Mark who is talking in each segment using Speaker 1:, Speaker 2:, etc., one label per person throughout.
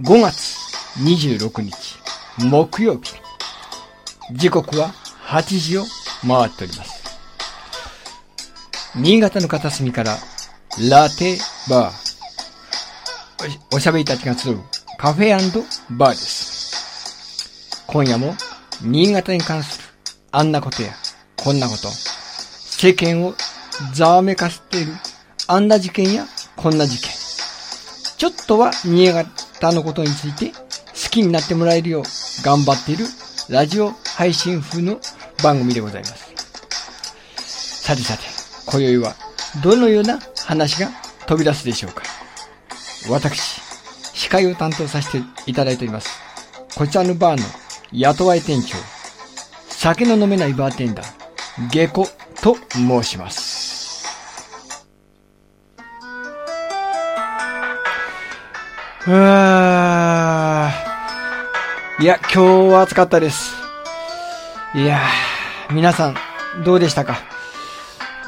Speaker 1: 5月26日木曜日時刻は8時を回っております新潟の片隅からラテバーおおしゃべりたちが集うカフェバーです今夜も新潟に関するあんなことやこんなこと世間をざわめかせているあんな事件やこんな事件ちょっとは新潟のことについて好きになってもらえるよう頑張っているラジオ配信風の番組でございます。さてさて、今宵はどのような話が飛び出すでしょうか。私、司会を担当させていただいております。こちらのバーの雇われ店長、酒の飲めないバーテンダー、下戸と申します。うわーいや、今日は暑かったです。いやー、皆さん、どうでしたか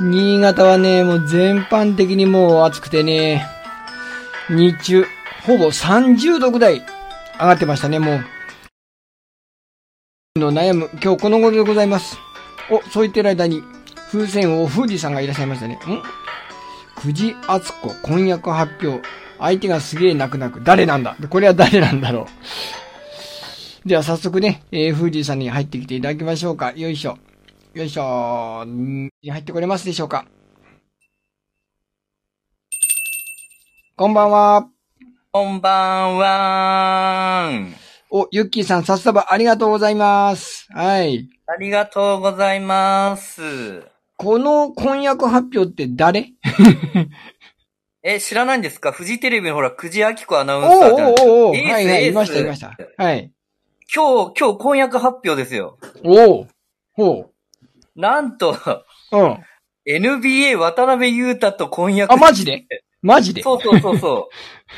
Speaker 1: 新潟はね、もう全般的にもう暑くてね、日中、ほぼ30度ぐらい上がってましたね、もう。の悩む、今日この頃でございます。お、そう言ってる間に、風船王富士さんがいらっしゃいましたね。ん久慈敦子、婚約発表。相手がすげえ泣く泣く。誰なんだこれは誰なんだろう。では早速ね、えー、フージーさんに入ってきていただきましょうか。よいしょ。よいしょー。んー入ってこれますでしょうかこんばんは。
Speaker 2: こんばんはーん。
Speaker 1: お、ユッキーさん、さっさばありがとうございます。はい。
Speaker 2: ありがとうございます。
Speaker 1: この婚約発表って誰
Speaker 2: え、知らないんですかフジテレビのほら、久慈明子アナウ
Speaker 1: お
Speaker 2: ン
Speaker 1: ー
Speaker 2: サーじゃん
Speaker 1: おーおーお
Speaker 2: エー
Speaker 1: ー
Speaker 2: ス
Speaker 1: はいはい、
Speaker 2: エース
Speaker 1: いました、いました。はい。
Speaker 2: 今日、今日婚約発表ですよ。
Speaker 1: おおほ
Speaker 2: なんと、
Speaker 1: う。うん。
Speaker 2: NBA 渡辺裕太と婚約。
Speaker 1: あ、マジでマジで
Speaker 2: そうそうそうそ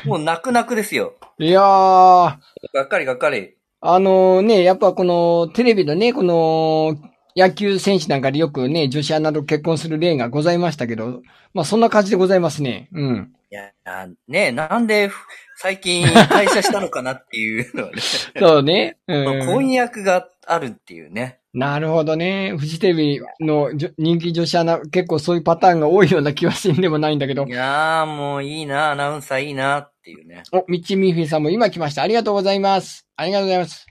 Speaker 2: う。も う泣く泣くですよ。
Speaker 1: いやー。
Speaker 2: がっかりがっかり。
Speaker 1: あのね、やっぱこのテレビのね、この野球選手なんかでよくね、女子アナと結婚する例がございましたけど、まあそんな感じでございますね。うん。
Speaker 2: いや、あねえ、なんで、ふ最近退社したのかなっていうのは ね。
Speaker 1: そうね。う
Speaker 2: 婚
Speaker 1: ん。
Speaker 2: 約があるっていうね。
Speaker 1: なるほどね。フジテレビのじょ人気女子アナ、結構そういうパターンが多いような気はしんでもないんだけど
Speaker 2: い。やー、もういいな、アナウンサーいいなっていうね。
Speaker 1: お、ミッチーミッフィーさんも今来ました。ありがとうございます。ありがとうございます。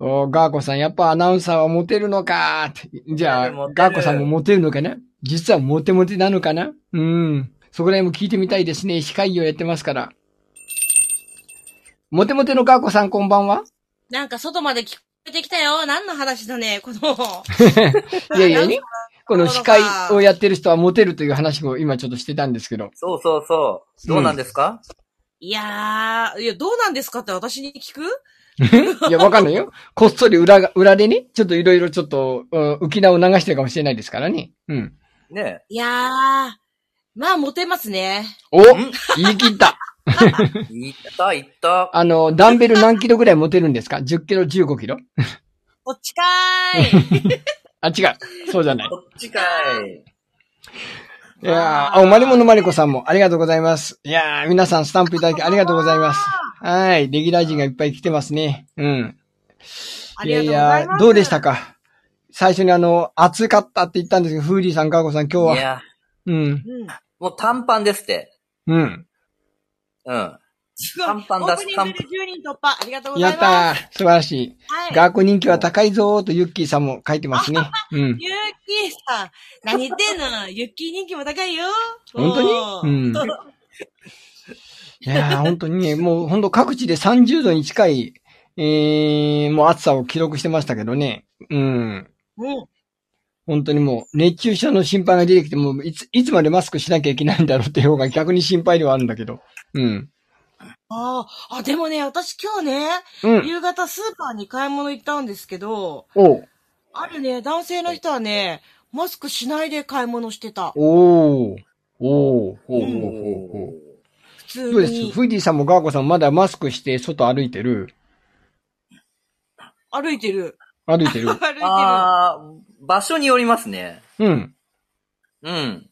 Speaker 1: おガーコさん、やっぱアナウンサーはモテるのかって。じゃ
Speaker 2: い
Speaker 1: あ、
Speaker 2: やモテる
Speaker 1: ガーコさんもモテるのかな実はモテモテなのかなうん。そこら辺も聞いてみたいですね。司会をやってますから。モテモテのガーコさん、こんばんは
Speaker 3: なんか外まで聞こえてきたよ。何の話だね、この。
Speaker 1: いやいやね。この司会をやってる人はモテるという話を今ちょっとしてたんです けど。
Speaker 2: そうそうそう。どうなんですか、
Speaker 3: いやー、いや、どうなんですかって私に聞く
Speaker 1: いや、わかんないよ。こっそり裏が、裏でね、ちょっといろいろちょっと、うん浮き名を流してるかもしれないですからね。うん。
Speaker 2: ね
Speaker 3: いやー、まあ、モテますね。
Speaker 1: お
Speaker 2: ん
Speaker 1: 言い切った。
Speaker 2: え。いった、いった。
Speaker 1: あの、ダンベル何キロぐらい持てるんですか ?10 キロ、15キロ
Speaker 3: こっちか ーい。
Speaker 1: あ、違う。そうじゃない。
Speaker 2: こっちかい。
Speaker 1: いやー、あ、おまりものまりこさんもありがとうございます。いやー、皆さんスタンプいただきありがとうございます。はーい。レギュラー陣がいっぱい来てますね。うん。
Speaker 3: ありがとうご
Speaker 1: や
Speaker 3: ざ
Speaker 1: い
Speaker 3: い
Speaker 1: や
Speaker 3: ま
Speaker 1: ー
Speaker 3: す。
Speaker 1: どうでしたか最初にあの、暑かったって言ったんですけど、フーリーさん、カーコさん、今日は。
Speaker 2: いや、
Speaker 1: うん。
Speaker 3: うん。
Speaker 2: もう短パンですって。
Speaker 1: うん。
Speaker 2: うん。
Speaker 3: すごい。
Speaker 2: 短パン
Speaker 3: オ
Speaker 2: だ
Speaker 3: ー
Speaker 2: し
Speaker 3: プニングで10人突破。ありがとうござ
Speaker 1: や
Speaker 3: い
Speaker 1: っ
Speaker 3: ま
Speaker 1: た
Speaker 3: す。
Speaker 1: ー。素晴らしい。
Speaker 3: はい。
Speaker 1: ガーコ人気は高いぞーとユッキーさんも書いてますね。 うん。
Speaker 3: ゆっきーさん。何言ってんのゆっきー人気も高いよ。
Speaker 1: 本当にうん
Speaker 3: おー
Speaker 1: いやー、本当にね、もう本当各地で30度に近い、えー、もう暑さを記録してましたけどね。うん。
Speaker 3: うん。
Speaker 1: 本当にもう、熱中症の心配が出てきて、もういつ、いつまでマスクしなきゃいけないんだろうっていう方が逆に心配ではあるんだけど。うん。
Speaker 3: あーあ、でもね、私今日ね、
Speaker 1: うん。
Speaker 3: 夕方スーパーに買い物行ったんですけど、
Speaker 1: おう
Speaker 3: あるね、男性の人はね、マスクしないで買い物してた。
Speaker 1: おーおーおーおーお
Speaker 2: お
Speaker 1: ーおー
Speaker 2: お。
Speaker 3: 普通
Speaker 1: どうです
Speaker 3: に
Speaker 1: フーディーさんもガーコさんもまだマスクして外歩いてる
Speaker 3: 歩いてる。
Speaker 1: 歩いてる
Speaker 3: 歩いてる。
Speaker 2: あー、場所によりますね。
Speaker 1: うん。
Speaker 2: うん。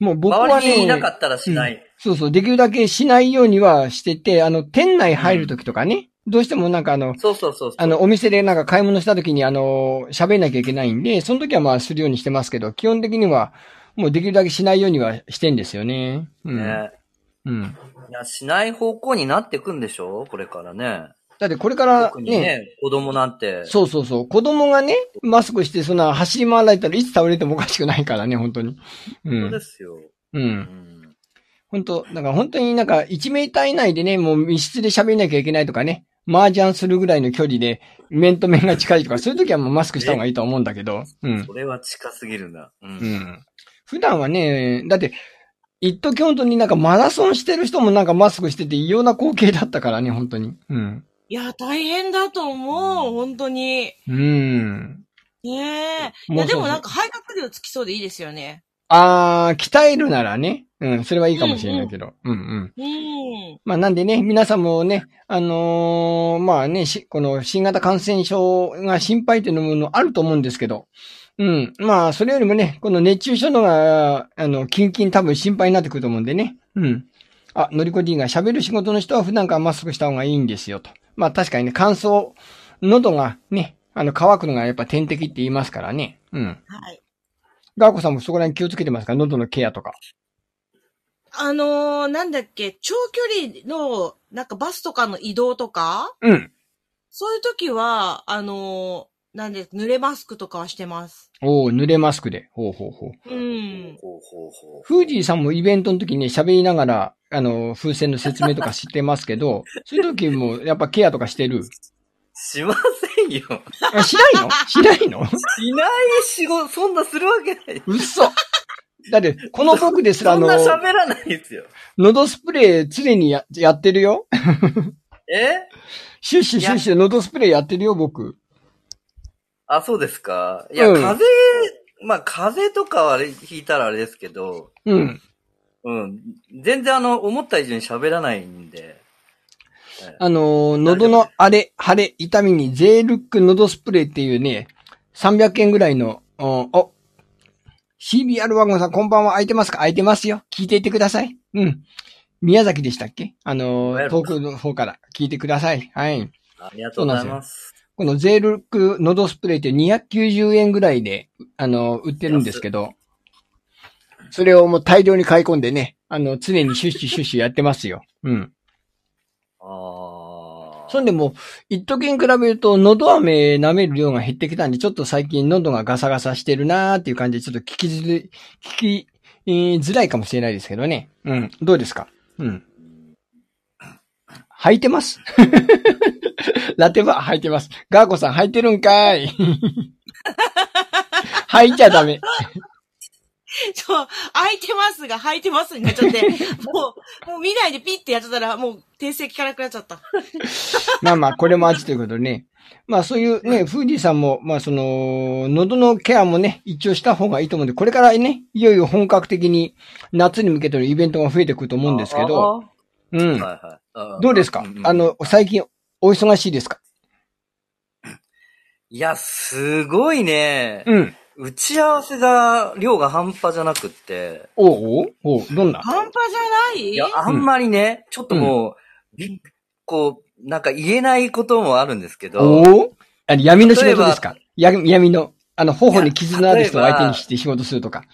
Speaker 1: もう僕は
Speaker 2: 周りに
Speaker 1: ね、
Speaker 2: いなかったらしない。
Speaker 1: そうそう、できるだけしないようにはしてて、あの、店内入るときとかね、どうしてもなんかあの、
Speaker 2: そうそうそうそう。
Speaker 1: あの、お店でなんか買い物した時に、あの、喋んなきゃいけないんで、その時はまあするようにしてますけど、基本的には、もうできるだけしないようにはしてんですよね。うん。
Speaker 2: ね、
Speaker 1: うん。
Speaker 2: いやしない方向になってくんでしょこれからね。
Speaker 1: だってこれから
Speaker 2: 特にね、
Speaker 1: ね、
Speaker 2: 子供なんて。
Speaker 1: そうそうそう、子供がね、マスクしてそんな走り回られたらいつ倒れてもおかしくないからね、本当に。う
Speaker 2: そうで
Speaker 1: ん。
Speaker 2: すよ。
Speaker 1: う。
Speaker 2: うんん。
Speaker 1: 本当だから本当になんか1メーター以内でね、もう密室で喋んなきゃいけないとかね、麻雀するぐらいの距離で面と面が近いとか、そういう時はもうマスクした方がいいと思うんだけど、うん。
Speaker 2: それは近すぎるな。うん。
Speaker 1: うん。普段はね、だって、一時本当になんかマラソンしてる人もなんかマスクしてて異様な光景だったからね、本当に。うん。
Speaker 3: いや、大変だと思う、本当に。
Speaker 1: うん。
Speaker 3: ねえ。い
Speaker 1: もうそ
Speaker 3: や、で
Speaker 1: うそう
Speaker 3: もなんか肺活量つきそうでいいですよね。
Speaker 1: あー、鍛えるならね。うん、それはいいかもしれないけど。うんうん。
Speaker 3: うん。
Speaker 1: まあなんでね、皆さんもね、あのーまあね、し、この新型感染症が心配というものあると思うんですけど、うん。まあ、それよりもね、この熱中症のが、あの、キンキン多分心配になってくると思うんでね。うん。あ、のりこ D が喋る仕事の人は普段からマスクした方がいいんですよと。まあ確かにね、乾燥、喉がね、あの、乾くのがやっぱ天敵って言いますからね。うん。
Speaker 3: はい。
Speaker 1: ガーコさんもそこら辺気をつけてますか喉のケアとか。
Speaker 3: あのー、なんだっけ、長距離の、なんかバスとかの移動とか、
Speaker 1: うん。
Speaker 3: そういう時は、あのー、なんで、濡れマスクとかはしてます。
Speaker 1: おー、濡れマスクで。ほうほうほう。
Speaker 3: うん。
Speaker 2: ほうほうほう。
Speaker 1: フージーさんもイベントの時に喋りながら、あの、風船の説明とかしてますけど、 そういう時もやっぱケアとかしてる。
Speaker 2: しませんよ。
Speaker 1: あ、しないのしないの
Speaker 2: しない仕事、そんなするわけない。
Speaker 1: 嘘だって、この僕ですら、あ
Speaker 2: そん
Speaker 1: の
Speaker 2: な、喋らないですよ。
Speaker 1: 喉スプレー常にややってるよ。
Speaker 2: え
Speaker 1: シュッシュシュッシュ喉スプレーやってるよ、僕。
Speaker 2: あ、そうですか。いや、
Speaker 1: うん
Speaker 2: 風邪、まあ、風邪とかはあれ引いたらあれですけど、
Speaker 1: うん。
Speaker 2: うん。全然あの、思った以上に喋らないんで。
Speaker 1: あの、喉の荒れ、腫れ、痛みにゼールック喉スプレーっていうね、300円ぐらいの、お、お CBR ワゴンさんこんばんは空いてますか空いてますよ。聞いていてください。うん。宮崎でしたっけあの
Speaker 2: 宮、崎
Speaker 1: 遠くの方から聞いてください。はい。
Speaker 2: ありがとうございます。
Speaker 1: このゼールック喉スプレーって290円ぐらいで、あの、売ってるんですけど、それをもう大量に買い込んでね、あの、常にシュッシュシュッシュやってますよ。うん。
Speaker 2: ああ。
Speaker 1: そんでもう、一時に比べると、喉飴舐める量が減ってきたんで、ちょっと最近喉がガサガサしてるなーっていう感じで、ちょっと聞きづらい、 聞き、えーづらいかもしれないですけどね。うん。どうですかうん。 履いてますラテバー履いてます。ガーコさん履いてるんかい 履いちゃダメ。
Speaker 3: そう、空いてますが、履いてますになっち ゃって、もう、もう見ないでピッてやっちゃったら、もう訂正聞かなくなっちゃった。
Speaker 1: まあまあ、これもあちということでね。まあそういうね、フーディーさんも、まあその、喉のケアもね、一応した方がいいと思うんで、これからね、いよいよ本格的に夏に向けてのイベントが増えてくると思うんですけど、
Speaker 2: あ
Speaker 1: う
Speaker 2: ー。
Speaker 1: ん。
Speaker 2: はいはいあー。
Speaker 1: どうですか
Speaker 2: んん
Speaker 1: あの、最近お忙しいですか
Speaker 2: いや、すごいね。
Speaker 1: うん。
Speaker 2: 打ち合わせが、量が半端じゃなくって。
Speaker 1: おうおうおうどんな
Speaker 3: 半端
Speaker 2: い
Speaker 3: じゃ
Speaker 2: や
Speaker 3: ない、
Speaker 2: あんまりね、ちょっともう、びっこう、なんか言えないこともあるんですけど、
Speaker 1: おおあの闇の仕事ですかや闇の、あの、頬に傷のある人を相手にして仕事するとか。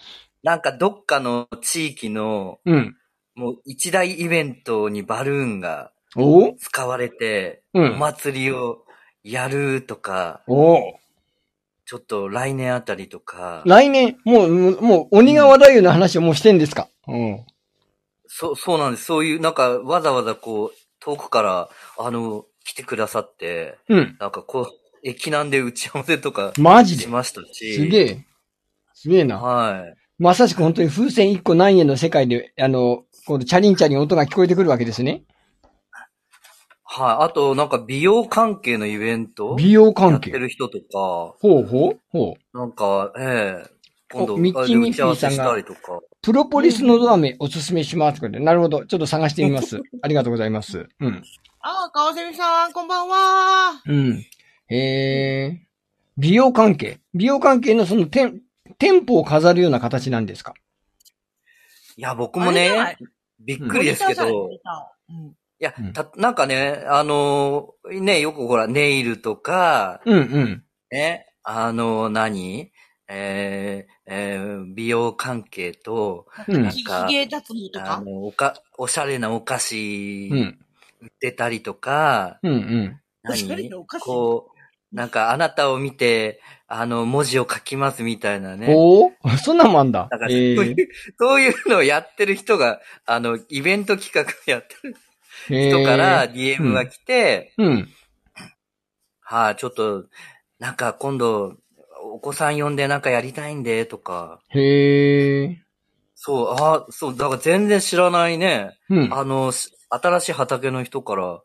Speaker 2: なんかどっかの地域の、
Speaker 1: うん。
Speaker 2: もう一大イベントにバルーンが
Speaker 1: おお
Speaker 2: 使われて、
Speaker 1: うん
Speaker 2: お祭りをやるとか、
Speaker 1: おお
Speaker 2: ちょっと来年あたりとか、
Speaker 1: 来年、もう、もうもう、鬼川太夫の話をもうしてんですかうん。
Speaker 2: そう、そうなんです。そういう、なんかわざわざこう、遠くから、あの、来てくださって、
Speaker 1: うん。
Speaker 2: なんかこう、駅なんで打ち合わせとか
Speaker 1: マジで
Speaker 2: しましたし。
Speaker 1: すげえ。すげえな。
Speaker 2: はい。
Speaker 1: まさしく本当に風船1個何円の世界で、あの、このチャリンチャリン音が聞こえてくるわけですね。
Speaker 2: はい。あと、なんか美容関係のイベント
Speaker 1: 美容
Speaker 2: や
Speaker 1: 関
Speaker 2: って
Speaker 1: 係。
Speaker 2: る人とか、
Speaker 1: ほうほうほう。
Speaker 2: なんか、ええ今度、
Speaker 1: おミッキー
Speaker 2: あれ打ち合わせ
Speaker 1: ミッキー
Speaker 2: し
Speaker 1: さんが
Speaker 2: たりとか。
Speaker 1: プロポリスのドアメおすすめしますということで。なるほど。ちょっと探してみ ます。ありがとうございます。うん。
Speaker 3: ああ、川蝉さん、こんばんは。
Speaker 1: うん。えー、美容関係。美容関係のその店、店舗を飾るような形なんですか
Speaker 2: いや、僕もね
Speaker 3: あれじゃない、
Speaker 2: びっくりですけど、
Speaker 3: モニターじゃない
Speaker 2: いや
Speaker 1: うん、
Speaker 2: た、なんかね、あのーね、よくほら、ネイルとか、
Speaker 1: うんうん。
Speaker 2: ね、あのー何えーえー美容関係と、
Speaker 1: う
Speaker 3: モ
Speaker 1: ん
Speaker 3: ニ。ターひげ脱毛と
Speaker 2: あ
Speaker 3: か。
Speaker 2: の、おか、おしゃれなお菓子
Speaker 1: う、ん。
Speaker 2: 出たりとか、
Speaker 1: うんうん。
Speaker 3: おしゃれ
Speaker 2: 何
Speaker 3: なお菓子
Speaker 2: こう、なんかあなたを見て、あの、文字を書きますみたいなね。
Speaker 1: おお そんなんもあんだ
Speaker 2: なん。かそう
Speaker 1: え
Speaker 2: いう
Speaker 1: ー、
Speaker 2: そういうのをやってる人が、あの、イベント企画やってる
Speaker 1: え
Speaker 2: 人から
Speaker 1: ー
Speaker 2: DM が来て、
Speaker 1: うん。
Speaker 2: はい、ちょっと、なんか今度、お子さん呼んでなんかやりたいんで、とか。
Speaker 1: へえ。
Speaker 2: そう、ああ、そう、だから全然知らないね。
Speaker 1: うん。
Speaker 2: あの、し新しい畑の人から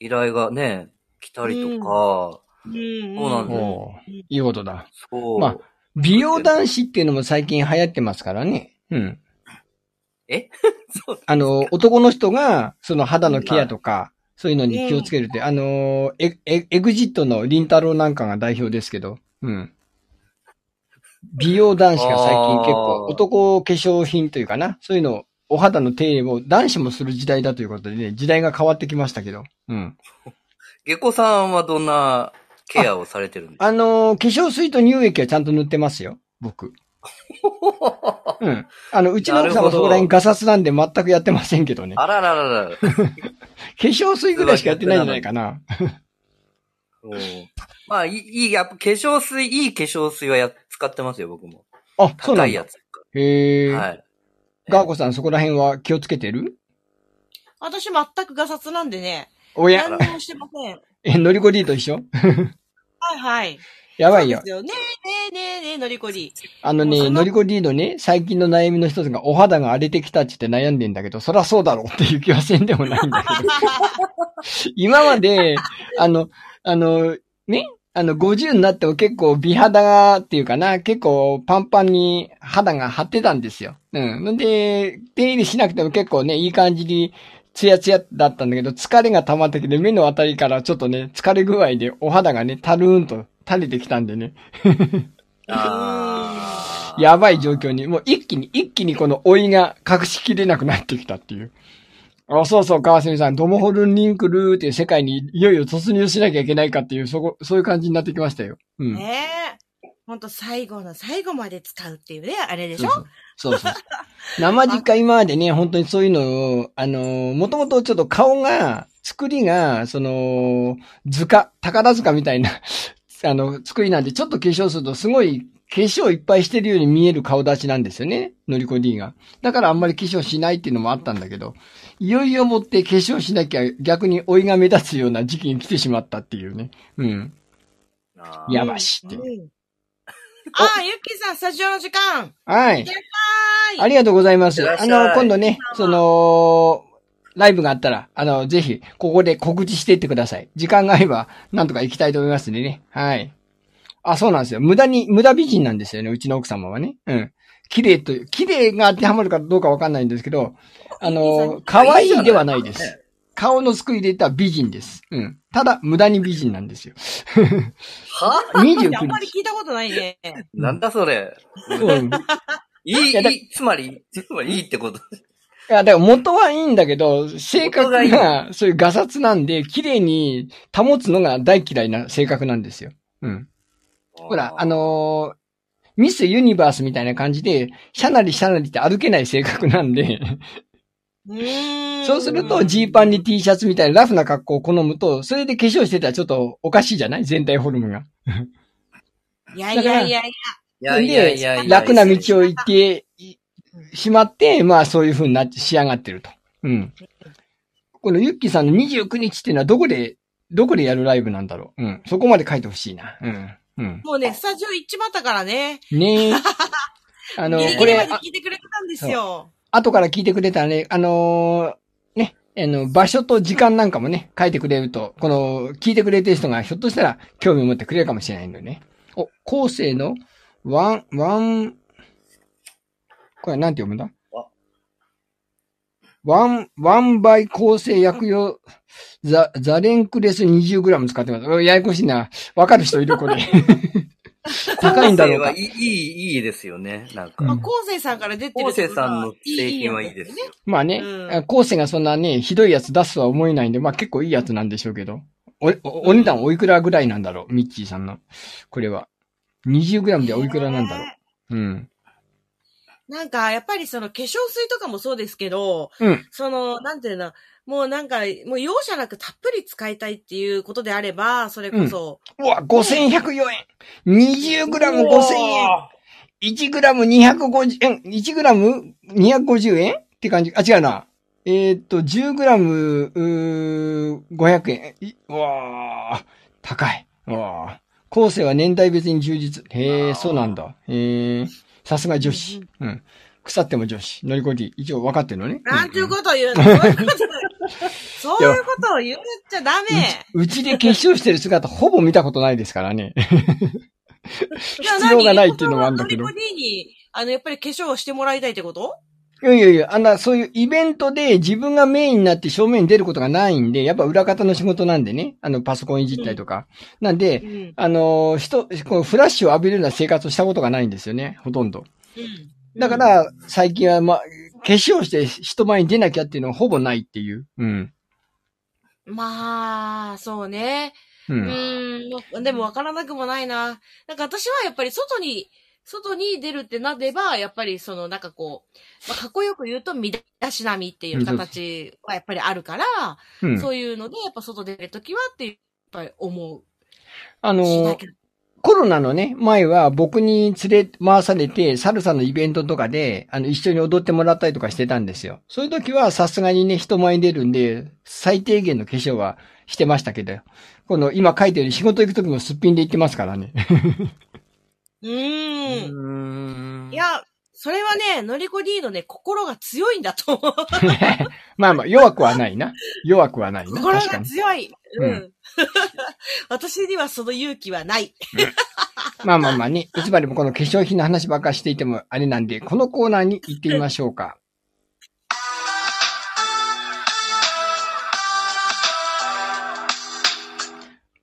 Speaker 2: 依頼がね、来たりとか、
Speaker 3: うんうん。
Speaker 2: そうなんだよ
Speaker 1: おーいいことだ。
Speaker 2: そう。
Speaker 1: まあ美容男子っていうのも最近流行ってますからね。うん。
Speaker 2: えそう。
Speaker 1: あの、男の人が、その肌のケアとか、そういうのに気をつけるって、あの、エエエグジットの林太郎なんかが代表ですけど、うん。美容男子が最近結構
Speaker 2: あ、ー
Speaker 1: 男化粧品というかな、そういうの、お肌の手入れを男子もする時代だということでね、時代が変わってきましたけど、うん。
Speaker 2: 下戸さんはどんなケアをされてるんですか
Speaker 1: あの、化粧水と乳液はちゃんと塗ってますよ、僕。うん。あの、うちの奥さんはそこら辺ガサツなんで全くやってませんけどね。化
Speaker 2: あらららら。
Speaker 1: 粧水ぐらいしかやってないんじゃないかな。
Speaker 2: おーまあ、いいいい、やっぱ化粧水、いい化粧水はや使ってますよ、僕も。
Speaker 1: あ、そう
Speaker 2: 高
Speaker 1: なん
Speaker 2: い
Speaker 1: だ
Speaker 2: や。つ。
Speaker 1: へえ。
Speaker 2: はい。
Speaker 1: ガーコさん、そこら辺は気をつけてる
Speaker 3: 私全くガサツなんでね。
Speaker 1: おや
Speaker 3: 何、にもしてません。
Speaker 1: え、ノリコ D と一緒
Speaker 3: はいはい。
Speaker 1: やばいよ
Speaker 3: そう。ですねえねえねえねえ、のりこ り。
Speaker 1: あの
Speaker 3: もう
Speaker 1: ね、
Speaker 3: その
Speaker 1: ノリコ D のね、最近の悩みの一つが、お肌が荒れてきたって言って悩んでんだけど、そらそうだろうっていう気はせんでもないんだけど、今まで、あの、あの、ね、あの、50になっても結構美肌が、っていうかな、結構パンパンに肌が張ってたんですよ。うん。んで、手入れしなくても結構ね、いい感じに、ツヤツヤだったんだけど、疲れが溜まってきて、目のあたりからちょっとね、疲れ具合でお肌がね、たるーんと垂れてきたんでね、
Speaker 2: あー
Speaker 1: やばい状況に、もう一気に、一気にこの老いが隠しきれなくなってきたっていう。あそうそう、川澄さん、ドモホルンリンクルーっていう世界にいよいよ突入しなきゃいけないかっていう、そこ、そういう感じになってきましたよ。うん。
Speaker 3: ねえ。ほんと最後の最後まで使うっていうね、あれでし
Speaker 1: そ
Speaker 3: ょ
Speaker 1: うそうそうそう。生実家今までね、本当にそういうのを、あのー、もともとちょっと顔が、作りが、その、図鑑、宝塚みたいな、 あの、作りなんで、ちょっと化粧するとすごい、化粧いっぱいしてるように見える顔立ちなんですよね。のりこ D が。だからあんまり化粧しないっていうのもあったんだけど、いよいよもって化粧しなきゃ逆に老いが目立つような時期に来てしまったっていうね。うん。
Speaker 2: あー
Speaker 1: やばしって。
Speaker 3: うんああ、ゆっきーさん、スタジオの時間。
Speaker 1: はい。
Speaker 3: は
Speaker 1: あ
Speaker 3: ーい。
Speaker 1: りがとうございます。
Speaker 2: いらっし
Speaker 1: あ
Speaker 2: ゃい
Speaker 1: の、今度ね、その、ライブがあったら、あの、ぜひ、ここで告知していってください。時間があれば、なんとか行きたいと思いますんでね。はい。あ、そうなんですよ。無駄に、無駄美人なんですよね、うちの奥様はね。うん。綺麗と、綺麗が当てはまるかどうかわかんないんですけど、あの、可愛いではないです。顔の救いで言ったら美人です。うん。ただ、無駄に美人なんですよ。
Speaker 2: は
Speaker 1: 29
Speaker 3: あんまり
Speaker 1: 日。
Speaker 3: 聞いたことないね。
Speaker 2: なんだそれ。
Speaker 1: うん。
Speaker 2: いい、
Speaker 1: いやだ
Speaker 2: いいつまり、つまりいいってこと。
Speaker 1: いや、だから元はいいんだけど、性格
Speaker 2: 元がいい
Speaker 1: が、そういうガサツなんで、綺麗に保つのが大嫌いな性格なんですよ。うん。ほら、あ、のーミスユニバースみたいな感じで、シャナリシャナリって歩けない性格なんで、
Speaker 3: うーん。
Speaker 1: そうするとジーパンに T シャツみたいなラフな格好を好むと、それで化粧してたらちょっとおかしいじゃない全体フォルムが。
Speaker 3: いやいやいやい
Speaker 2: いやいやいや
Speaker 1: で
Speaker 2: い、や。
Speaker 1: 楽な道を行ってしまって、まあそういう風になって仕上がってると。うん。このユッキーさんの29日っていうのはどこで、どこでやるライブなんだろう。うん。そこまで書いてほしいな。うん。うん
Speaker 3: や。。もうね、スタジオ行っちまったからね。
Speaker 1: ねえ。あ の
Speaker 3: ギリ、ギ
Speaker 1: こ
Speaker 3: リ
Speaker 1: れ、
Speaker 3: まで
Speaker 1: あ
Speaker 3: 聞いてくれてたんですよ。
Speaker 1: 後から聞いてくれたらね、あのーね、あの、場所と時間なんかもね、書いてくれると、この、聞いてくれてる人がひょっとしたら興味を持ってくれるかもしれないんだよね。お、後世の、ワン、ワン、これなんて読むんだ
Speaker 2: わ
Speaker 1: ワン、ワンバイ構成薬用、 ザ、ザレンクレス 20g 使ってます。おややこしいな。わかる人いるこれ。高いんだろう
Speaker 2: は
Speaker 1: か
Speaker 2: い。い、いい、いいですよね。なん
Speaker 1: う
Speaker 2: か
Speaker 3: まあ、
Speaker 1: ん。
Speaker 3: 昴生さんから出てる
Speaker 2: 昴
Speaker 3: って
Speaker 2: 生
Speaker 3: こと
Speaker 2: さ
Speaker 3: は
Speaker 2: んの製品はいいですよ。
Speaker 1: まあね
Speaker 3: うん、
Speaker 1: あ後世がそんなね、ひどいやつ出すとは思えないんで、まあ結構いいやつなんでしょうけど。お、おお値段おいくらぐらいなんだろうミッチーさんの。これは。20g でおいくらなんだろ
Speaker 3: ね
Speaker 1: ううん。
Speaker 3: なんか、やっぱりその化粧水とかもそうですけど、
Speaker 1: うん
Speaker 3: その、なんていうの、もうなんか、もう容赦なくたっぷり使いたいっていうことであれば、それこそ、
Speaker 1: うわ、5104円 !20g5000 円 !1g250 円 !1g250 円って感じ。あ、違うな。えーっと、10g、うー500円。いいうわー、高い。うわー。後世は年代別に充実。へえ、そうなんだ。へえ、さすが女子。うん。腐っても女子。乗り越えて、一応分かってるのね。
Speaker 3: なんていう
Speaker 1: と
Speaker 3: ことを言うの、そういうこと、そういうことを言っちゃダメ。
Speaker 1: うちで化粧してる姿、ほぼ見たことないですからね。
Speaker 3: じゃあ
Speaker 1: 必要がないっていうのもあるんだけど
Speaker 3: 何リコさんはノリボディに、あの、やっぱり化粧をしてもらいたいってこと
Speaker 1: いやいやいや、あんな、そういうイベントで自分がメインになって正面に出ることがないんで、やっぱ裏方の仕事なんでね、あの、パソコンいじったりとか。なんで、
Speaker 3: ん。
Speaker 1: あのー、人、このフラッシュを浴びるような生活をしたことがないんですよね、ほとんど。だか、ら、最近は、まあ、化粧して人前に出なきゃっていうのはほぼないっていう。うん。
Speaker 3: まあ、そうね。
Speaker 1: う。
Speaker 3: うんーん。でもわからなくもないな。なんか私はやっぱり外に、外に出るってなれば、やっぱりそのなんかこう、まあ、かっこよく言うと、身だしなみっていう形はやっぱりあるから、
Speaker 1: うん。
Speaker 3: そういうので、やっぱ外出るときはって、やっぱり思
Speaker 1: あ
Speaker 3: う。
Speaker 1: の
Speaker 3: しな
Speaker 1: ー、
Speaker 3: きゃ。
Speaker 1: コロナのね、前は僕に連れ回されて、サルサのイベントとかで、あの、一緒に踊ってもらったりとかしてたんですよ。そういう時はさすがにね、人前に出るんで、最低限の化粧はしてましたけど、この今書いてる仕事行く時もすっぴんで行ってますからね。
Speaker 3: うーん。
Speaker 2: ん
Speaker 3: い、や、それはね、のりこ D のね、心が強いんだと思う。
Speaker 1: まあまあ、弱くはないな。弱くはないな。
Speaker 3: 心
Speaker 1: 確か
Speaker 3: が
Speaker 1: に。
Speaker 3: 強い。う。
Speaker 1: うん
Speaker 3: 私にはその勇気はない。
Speaker 1: まあまあまあね、いつまでもこの化粧品の話ばっかしていてもあれなんで、このコーナーに行ってみましょうか。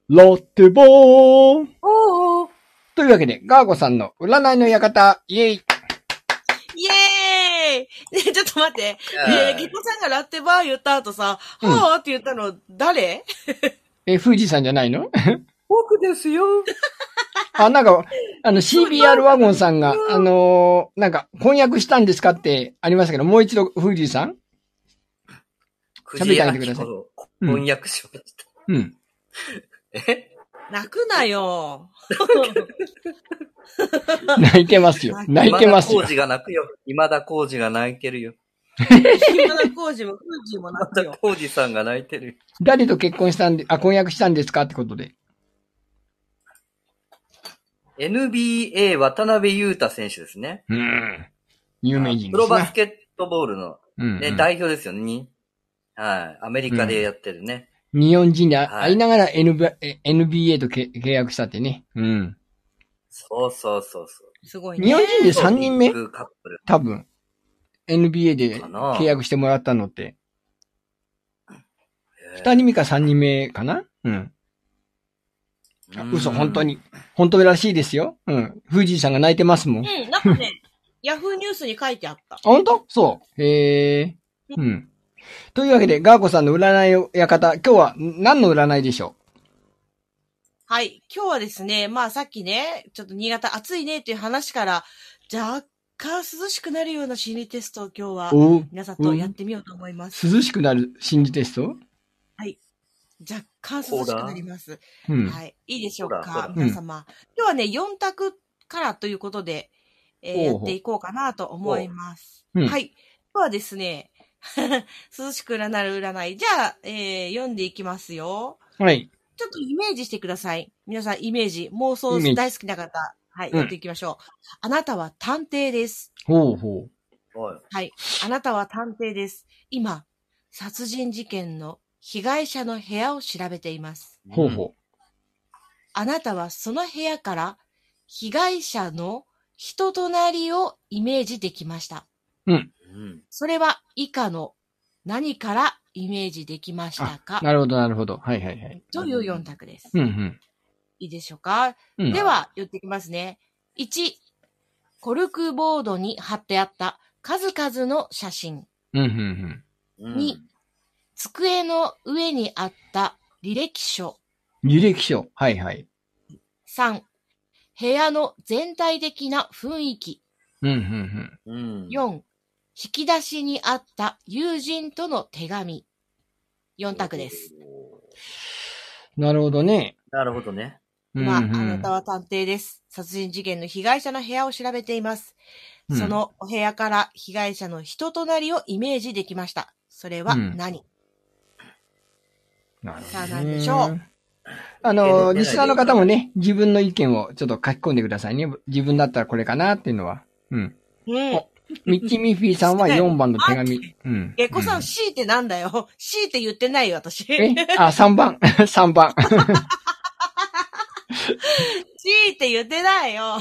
Speaker 1: ロッテボーン
Speaker 2: おー
Speaker 1: というわけで、ガーゴさんの占いの館、イエイ
Speaker 3: イエーイねちょっと待って。ねえ、ゲコさんがラッテバー言った後さ、
Speaker 1: うん
Speaker 3: はぁって言ったの誰
Speaker 1: え、富士山じゃない の
Speaker 2: 僕ですよ。
Speaker 1: あ、なんか、あの、CBR ワゴンさんが、あのーなんか、翻訳したんですかってありましたけど、もう一度、富士山
Speaker 2: 藤
Speaker 1: 喋っ
Speaker 2: 井
Speaker 1: てあげて
Speaker 2: 明
Speaker 1: ください
Speaker 2: 子の
Speaker 1: うん
Speaker 2: 翻訳しまし
Speaker 1: うん。
Speaker 2: た。え
Speaker 3: 泣くなよ。
Speaker 1: 泣いてますよ。 泣いてますよ
Speaker 2: 今田。浩二が泣くよ。今田浩二が泣いてるよ。
Speaker 3: 今 田耕司も空ーも泣
Speaker 2: 今
Speaker 3: く
Speaker 2: 田
Speaker 3: よ。
Speaker 2: 浩二さんが泣いてるよ。
Speaker 1: 誰と結婚したんで、あ、婚約したんですかってことで。
Speaker 2: NBA 渡辺裕太選手ですね。
Speaker 1: うん。有名人
Speaker 2: プ
Speaker 1: で
Speaker 2: ロ
Speaker 1: す
Speaker 2: バス
Speaker 1: ね。
Speaker 2: ケットボールの、
Speaker 1: うん
Speaker 2: ね、代表ですよね。にはい。アメリカでやってるね。
Speaker 1: 日本人で
Speaker 2: は
Speaker 1: 会
Speaker 2: い
Speaker 1: いながら NBA, え NBA とけ契約したってね。うん。
Speaker 2: そうそうそうそう。
Speaker 3: すごいね。
Speaker 1: 日本人で3人目
Speaker 2: ビッグカップル。
Speaker 1: 多分。NBA で
Speaker 2: かな
Speaker 1: 契約してもらったのって。2人目か3人目かなうん。あ嘘、本当
Speaker 2: に。
Speaker 1: に。本当らしいですよ。うん。富士さんが泣いてますもん。あ、
Speaker 3: うん、なんかね、ヤフーニュースに書いてあった。
Speaker 1: 本当そう。へえ。うん。というわけで、ガーコさんの占いを館、今日は何の占いでしょ
Speaker 3: はい。今日はですね、まあさっきね、ちょっと新潟暑いねっていう話から、若干涼しくなるような心理テストを今日は
Speaker 1: うお
Speaker 3: 皆さんとやってみようと思います。
Speaker 1: 涼しくなる心理テスト
Speaker 3: 若干涼しくなります。
Speaker 1: うん。
Speaker 3: はい。いいでしょう
Speaker 2: ほらほ、
Speaker 3: から皆様。今日はね、4択からということで、えー
Speaker 1: ほう
Speaker 3: や
Speaker 1: ほう
Speaker 3: っていこうかなと思います。
Speaker 1: ほううん
Speaker 3: はい。今日はですね、 涼しくなる占い。じゃあ、えー読んでいきますよ。
Speaker 1: はい。
Speaker 3: ちょっとイメージしてください。皆さんイメー
Speaker 1: イ
Speaker 3: ジ、妄
Speaker 1: メー
Speaker 3: 想
Speaker 1: ジ
Speaker 3: 大好きな方、はい、
Speaker 1: うん
Speaker 3: やっていきましょう。あなたは探偵です。
Speaker 1: ほうほう。
Speaker 2: おい
Speaker 3: はい。あなたは探偵です。今、殺人事件の被害者の部屋を調べています。
Speaker 1: ほうほう。
Speaker 3: あなたはその部屋から被害者の人となりをイメージできました。
Speaker 2: うん。
Speaker 3: それは以下の何からイメージできましたか
Speaker 1: なるほど、なるほど。はいはいはい。
Speaker 3: という4択です。
Speaker 1: うんうん。
Speaker 3: いいでしょうか。
Speaker 1: うん。
Speaker 3: では、言ってきますね。1、コルクボードに貼ってあった数々の写真。
Speaker 1: うん、うん、うん。
Speaker 2: うん
Speaker 3: に机の上にあった履歴書。
Speaker 1: 履歴書。はいはい。
Speaker 3: 3、部屋の全体的な雰囲気。
Speaker 1: うん、うん、
Speaker 2: うん。
Speaker 3: 4、引き出しにあった友人との手紙。4択です。。
Speaker 1: うん。なるほどね。
Speaker 2: なるほどね。
Speaker 1: うん
Speaker 3: まあ、あ
Speaker 1: うん
Speaker 3: なたは探偵です。殺人事件の被害者の部屋を調べています。
Speaker 1: うん
Speaker 3: そのお部屋から被害者の人となりをイメージできました。それは何、
Speaker 1: なる
Speaker 3: さあ
Speaker 1: ほど
Speaker 3: 何
Speaker 1: ね
Speaker 3: でしょう
Speaker 1: あ
Speaker 2: 出ない
Speaker 1: の、
Speaker 2: で
Speaker 1: リスナーの方もね、自分の意見をちょっと書き込んでくださいね。自分だったらこれかなっていうのは。うん。
Speaker 3: うん、
Speaker 1: おミッチー・ミッフィーさんは
Speaker 3: してない
Speaker 1: 4番の手紙。うん。
Speaker 3: ゲコさ、
Speaker 1: うん
Speaker 3: 強いてなんだよ。 強いて言ってないよ、私。強
Speaker 1: えあ、3番。3番。
Speaker 3: いて言ってな いよ。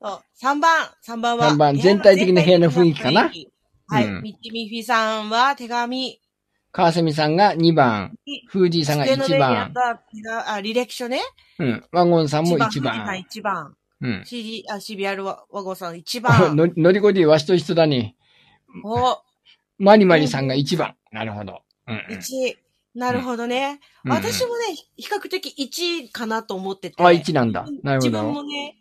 Speaker 3: そう3番、3番は。
Speaker 1: 3番全体的な部屋の雰囲気かな
Speaker 3: 全体的な雰囲気
Speaker 1: う
Speaker 3: は
Speaker 1: ん
Speaker 3: い。ミッチミッフィさんは手紙。
Speaker 1: 川澄さんが2番。フージーさんが
Speaker 3: 机の
Speaker 1: 1
Speaker 3: 上にあっ
Speaker 1: 番。
Speaker 3: た手紙あ、履歴書ね。
Speaker 1: うん。ワゴンさんも
Speaker 3: 一
Speaker 1: 1
Speaker 3: 番。藤
Speaker 1: 番。
Speaker 3: 井さん一番。
Speaker 1: うん。
Speaker 3: CD、あ、CBR ワゴンさん1 番。
Speaker 1: の乗り越えでわしと一緒だね。
Speaker 3: お、
Speaker 1: マリマリさんが1番。なるほど。うんうん。
Speaker 3: 1。なるほどね。
Speaker 1: うん
Speaker 3: 私もね、比較的1かなと思ってて。
Speaker 1: あ、1なんだ。なるほ
Speaker 3: 自分
Speaker 1: ど
Speaker 3: も。ね、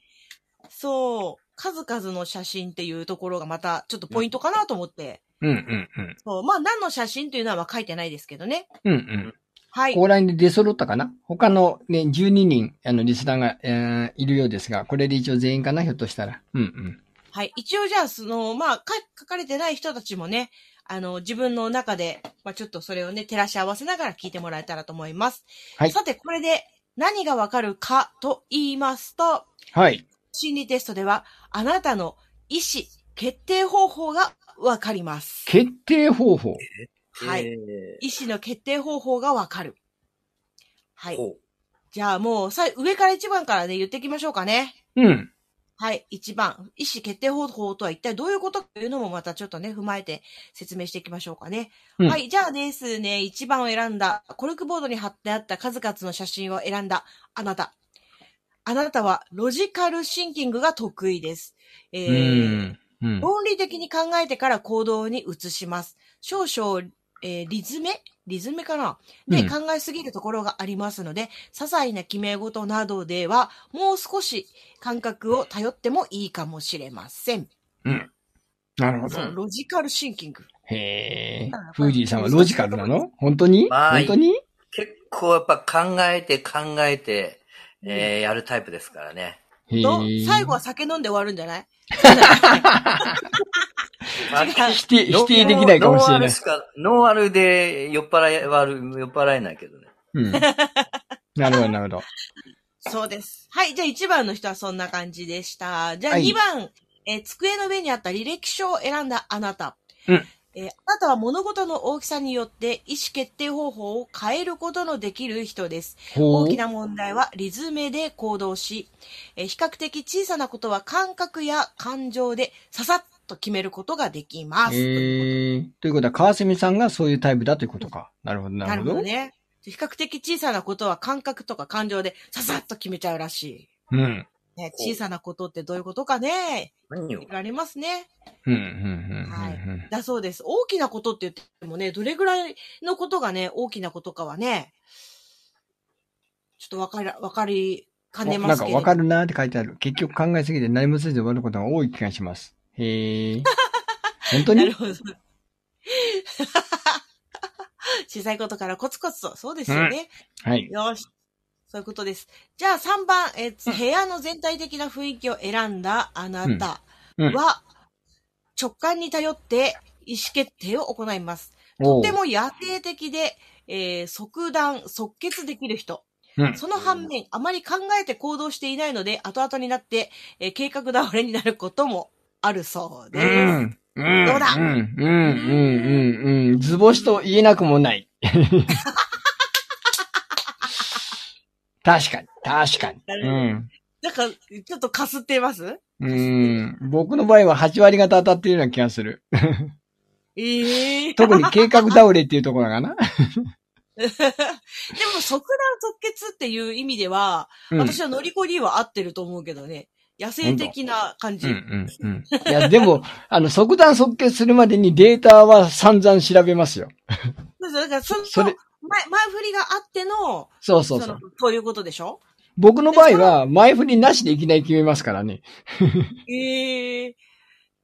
Speaker 3: そう、数々の写真っていうところがまたちょっとポイントかなと思って。
Speaker 1: うんうんうん。
Speaker 3: そう、まあ何の写真というのは書いてないですけどね。
Speaker 1: うんうん。
Speaker 3: はい。
Speaker 1: ここら辺で出揃ったかな他のね、12人、あの、リスナーが、えーいるようですが、これで一応全員かなひょっとしたら。うんうん。
Speaker 3: はい。一応じゃあ、その、まあ、か書かれてない人たちもね、あの、自分の中で、まあちょっとそれをね、照らし合わせながら聞いてもらえたらと思います。
Speaker 1: はい
Speaker 3: さて、これで何がわかるかと言いますと、
Speaker 1: はい。
Speaker 3: 心理テストでは、あなたの意思、決定方法がわかります。
Speaker 1: 決定方法。
Speaker 3: はい
Speaker 2: え
Speaker 3: 医師の決定方法がわかる。は
Speaker 2: ー。
Speaker 3: い。
Speaker 2: ほう
Speaker 3: じゃあもう、さい、上から1番からね、言っていきましょうかね。
Speaker 1: うん。
Speaker 3: はい。1番。医師決定方法とは一体どういうことかというのもまたちょっとね、踏まえて説明していきましょうかね。
Speaker 1: うん
Speaker 3: はい。じゃあですね、1番を選んだ、コルクボードに貼ってあった数々の写真を選んだあなた。あなたはロジカルシンキングが得意です。え
Speaker 1: う
Speaker 3: ー、
Speaker 1: ん。うん。
Speaker 3: 論理的に考えてから行動に移します。少々、えー、リズメリズメかなで、
Speaker 1: うん
Speaker 3: 考えすぎるところがありますので、些細な決め事などでは、もう少し感覚を頼ってもいいかもしれません。
Speaker 1: なるほ
Speaker 3: そ
Speaker 1: ど。
Speaker 3: うロジカルシンキング。
Speaker 1: へえ
Speaker 3: だから。
Speaker 1: フージーさんはロジカルなの本当に
Speaker 2: まあ
Speaker 1: 本当に
Speaker 2: 結構やっぱ考えて考えて、えー、やるタイプですからね。
Speaker 1: へえ
Speaker 3: の最後は酒飲んで終わるんじゃない
Speaker 1: 否定、否定できないかもしれな
Speaker 2: ノンア
Speaker 1: い
Speaker 2: ル。しか、ノンアルで酔っ払い、割る酔っ払えないけどね。
Speaker 1: うん。なるほど、なるほ ど。
Speaker 3: そうです。はい。じゃあ1番の人はそんな感じでした。じゃあ
Speaker 1: はい
Speaker 3: 2番、えー机の上にあった履歴書を選んだあなた。
Speaker 1: うん
Speaker 3: えーあなたは物事の大きさによって意思決定方法を変えることのできる人です。
Speaker 1: ほ
Speaker 3: 大
Speaker 1: う
Speaker 3: き。な問題はリズムで行動し、えー比較的小さなことは感覚や感情でささっと決めることができます。
Speaker 1: へえ。ということは、川澄さんがそういうタイプだということか。なるほど、な
Speaker 3: な
Speaker 1: る
Speaker 3: る
Speaker 1: ほ
Speaker 3: ほ
Speaker 1: ど
Speaker 3: ど。ね。比較的小さなことは感覚とか感情でささっと決めちゃうらしい。
Speaker 1: うん。
Speaker 3: ね、小さなことってどういうことかね
Speaker 2: 何を
Speaker 3: いろいろありますね。
Speaker 1: うん、うん、うん
Speaker 3: はい
Speaker 1: うんうん。
Speaker 3: だそうです。大きなことって言ってもね、どれぐらいのことがね、大きなことかはね、ちょっとわかり、わかりかね
Speaker 1: な
Speaker 3: ま
Speaker 1: ん
Speaker 3: す
Speaker 1: か
Speaker 3: けれど。
Speaker 1: わかるなーって書いてある。結局考えすぎて何もせず終わることが多い気がします。へ え。本当
Speaker 3: な
Speaker 1: に
Speaker 3: るほど。 小さいことからコツコツと。そうですよね。
Speaker 1: はい。
Speaker 3: よし。そういうことです。じゃあ3番、えー部屋の全体的な雰囲気を選んだあなた
Speaker 1: うんうん
Speaker 3: は、直感に頼って意思決定を行います。
Speaker 1: お
Speaker 3: と
Speaker 1: う
Speaker 3: ても野生的で、えー即断、即決できる人。
Speaker 1: うん
Speaker 3: その反面、あまり考えて行動していないので、後々になって、えー計画倒れになることもあるそう
Speaker 1: う
Speaker 3: です。
Speaker 1: ん。うん。
Speaker 3: どうだ
Speaker 1: うん、うん、うん、うん、うん。図星と言えなくも ない。確かに、確かに。うん。
Speaker 3: なんか、ちょっとかすってます
Speaker 1: うん。僕の場合は8割方当たってるような気がする。
Speaker 3: ええ
Speaker 1: 特に計画倒れっていうところかな。
Speaker 3: でも、即断即決っていう意味では、
Speaker 1: うん。
Speaker 3: 私はノリコリーは合ってると思うけどね。野生的な感
Speaker 1: う
Speaker 3: じ。
Speaker 1: んうんうん。いや、でも、あの、即断即決するまでにデータは散々調べますよ。
Speaker 3: そうそうだから、その、
Speaker 1: それ
Speaker 3: 前、前振りがあっての、
Speaker 1: そうそうそう
Speaker 3: の。そういうことでしょ
Speaker 1: 僕の場合は、前振りなしでいきなり決めますからね。
Speaker 3: ええ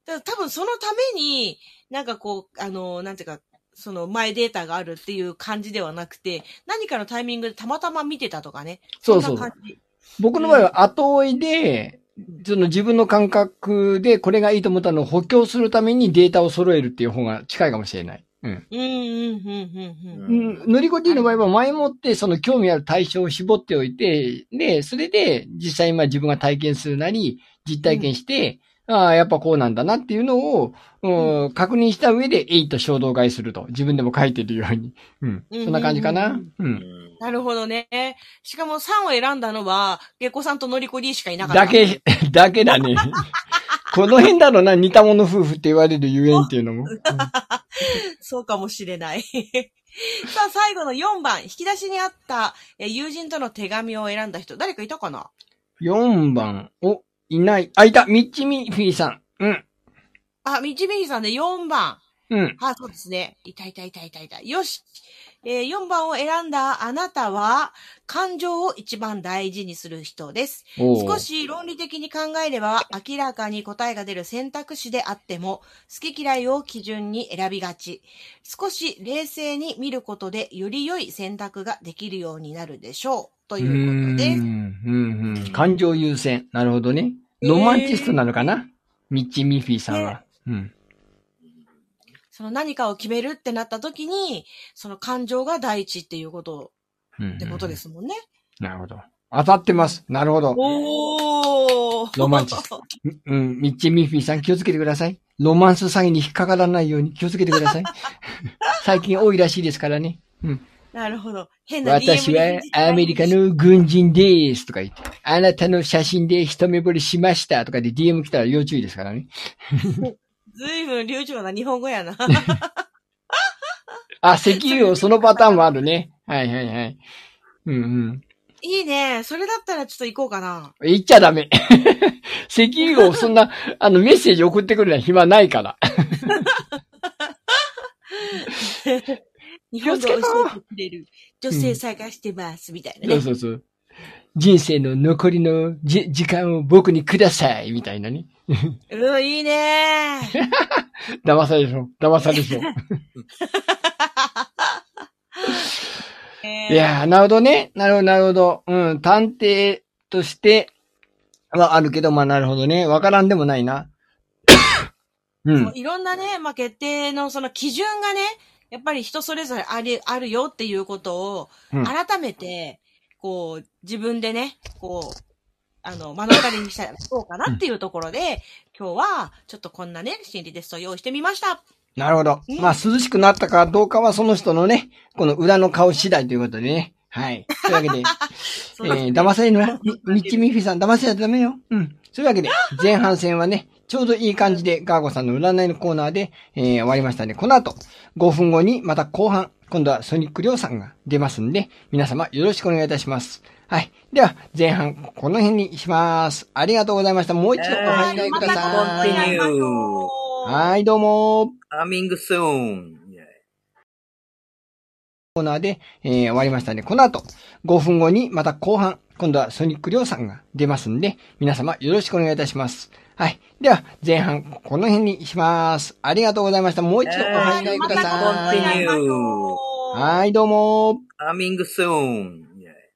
Speaker 3: だから多分そのために、なんかこう、あの、なんていうか、その前データがあるっていう感じではなくて、何かのタイミングでたまたま見てたとかね。
Speaker 1: そうそうん
Speaker 3: な感じ
Speaker 1: 僕の場合は後追いで、その自分の感覚でこれがいいと思ったのを補強するためにデータを揃えるっていう方が近いかもしれない。うん。
Speaker 3: うん、うん、うん、うん、うん。
Speaker 1: うん。乗りこ D の場合は前もってその興味ある対象を絞っておいて、で、それで実際にまあ自分が体験するなり、実体験して、ああ、やっぱこうなんだなっていうのを、うん確認した上で、えいと衝動買いすると。自分でも書いてるように。うん。そんな感じかな。うん。
Speaker 3: なるほどね。しかも3を選んだのは、ゲコさんとノリコリーしかいなかった。
Speaker 1: だけ、 だけだね。この辺だろうな、似た者夫婦って言われるゆえんっていうのも。
Speaker 3: そうかもしれない。 さあ、最後の4番。引き出しにあった、え友人との手紙を選んだ人。誰かいたかな
Speaker 1: 4番、お、いない。あ、いたミッチミフィーさん。うん、
Speaker 3: あ、みちみひさんで4番。
Speaker 1: うん。
Speaker 3: あ、そうですね。いたいたいたいたいた。よし。えー4番を選んだあなたは、感情を一番大事にする人です。
Speaker 1: おー
Speaker 3: 少し論理的に考えれば、明らかに答えが出る選択肢であっても、好き嫌いを基準に選びがち。少し冷静に見ることで、より良い選択ができるようになるでしょう。と
Speaker 1: うー
Speaker 3: いうことです。
Speaker 1: ん、うん、うん。感情優先。なるほどね。ロマンチストなのかな、ミッチミフィーさんは。うん。
Speaker 3: その何かを決めるってなった時に、その感情が第一っていうこと
Speaker 1: うん。。
Speaker 3: ってことですすもんね。
Speaker 1: なるほど。当たってます。なるほど。
Speaker 3: おー
Speaker 1: ロマンチスト。うん、ミッチミフィーさん気をつけてください。ロマンス詐欺に引っかからないように気をつけてください。 最近多いらしいですからね。うん。
Speaker 3: なるほど。変な DM
Speaker 1: 私はアメリカの軍人ですとか言って、あなたの写真で一目惚れしましたとかで DM 来たら要注意ですからね。
Speaker 3: ずいぶん流暢な日本語や な。
Speaker 1: あ、石油をそのパターンもあるね。はいはいはい。うん
Speaker 3: いいね。それだったらちょっと行こうかな。
Speaker 1: うん。言っちゃダメ。 石油をそんな、あの、メッセージ送ってくるのは暇ないから。
Speaker 3: 日
Speaker 1: を
Speaker 3: 本
Speaker 1: つ
Speaker 3: 語
Speaker 1: け
Speaker 3: 教
Speaker 1: ろ
Speaker 3: えてくれる女性探してます、みたいな
Speaker 1: そう
Speaker 3: ね。
Speaker 1: そうそう。人生の残りのじ時間を僕にくださいみたいなね。
Speaker 3: うん、いい ね。
Speaker 1: 騙されそう。騙されそう。いやー、なるほどね。なるほど、なるほど。うん、探偵としてはあるけど、まあなるほどね。わからんでもないな。う。
Speaker 3: もうんいろんなね、まあ、決定のその基準がね、やっぱり人それぞれあり、あるよっていうことを、
Speaker 1: うん
Speaker 3: 改めて、こう、自分でね、こう、あの、目の当たりにしたらどうかなっていうところで、今日は、ちょっとこんなね、心理テストを用意してみました。
Speaker 1: なるほど
Speaker 3: ね。
Speaker 1: まあ涼しくなったかどうかはその人のね、この裏の顔次第ということでね。はい。というわけで、
Speaker 3: そう
Speaker 1: えー、騙されるな。みミッチミッフィーさん、騙せちゃダメよ。うん。そういうわけで、前半戦はね、ちょうどいい感じでガーゴさんの占いのコーナーで、えー終わりましたね。この後、5分後にまた後半、今度はソニックリョウさんが出ますんで、皆様よろしくお願いいたします。はい。では、前半、この辺にします。ありがとうございました。もう一度お
Speaker 2: はい
Speaker 1: 考えくださ
Speaker 2: また今度
Speaker 1: い。
Speaker 2: ね
Speaker 1: はい、どうも。
Speaker 2: Coming soon.
Speaker 1: コーナーで、えー終わりましたね。この後、5分後にまた後半、今度はソニックリョウさんが出ますんで、皆様よろしくお願いいたします。はい。では、前半、この辺にします。ありがとうございました。もう一度お考えくださ
Speaker 2: はいまた今度
Speaker 1: い。
Speaker 2: ね
Speaker 1: はい、どうも。
Speaker 2: Coming soon.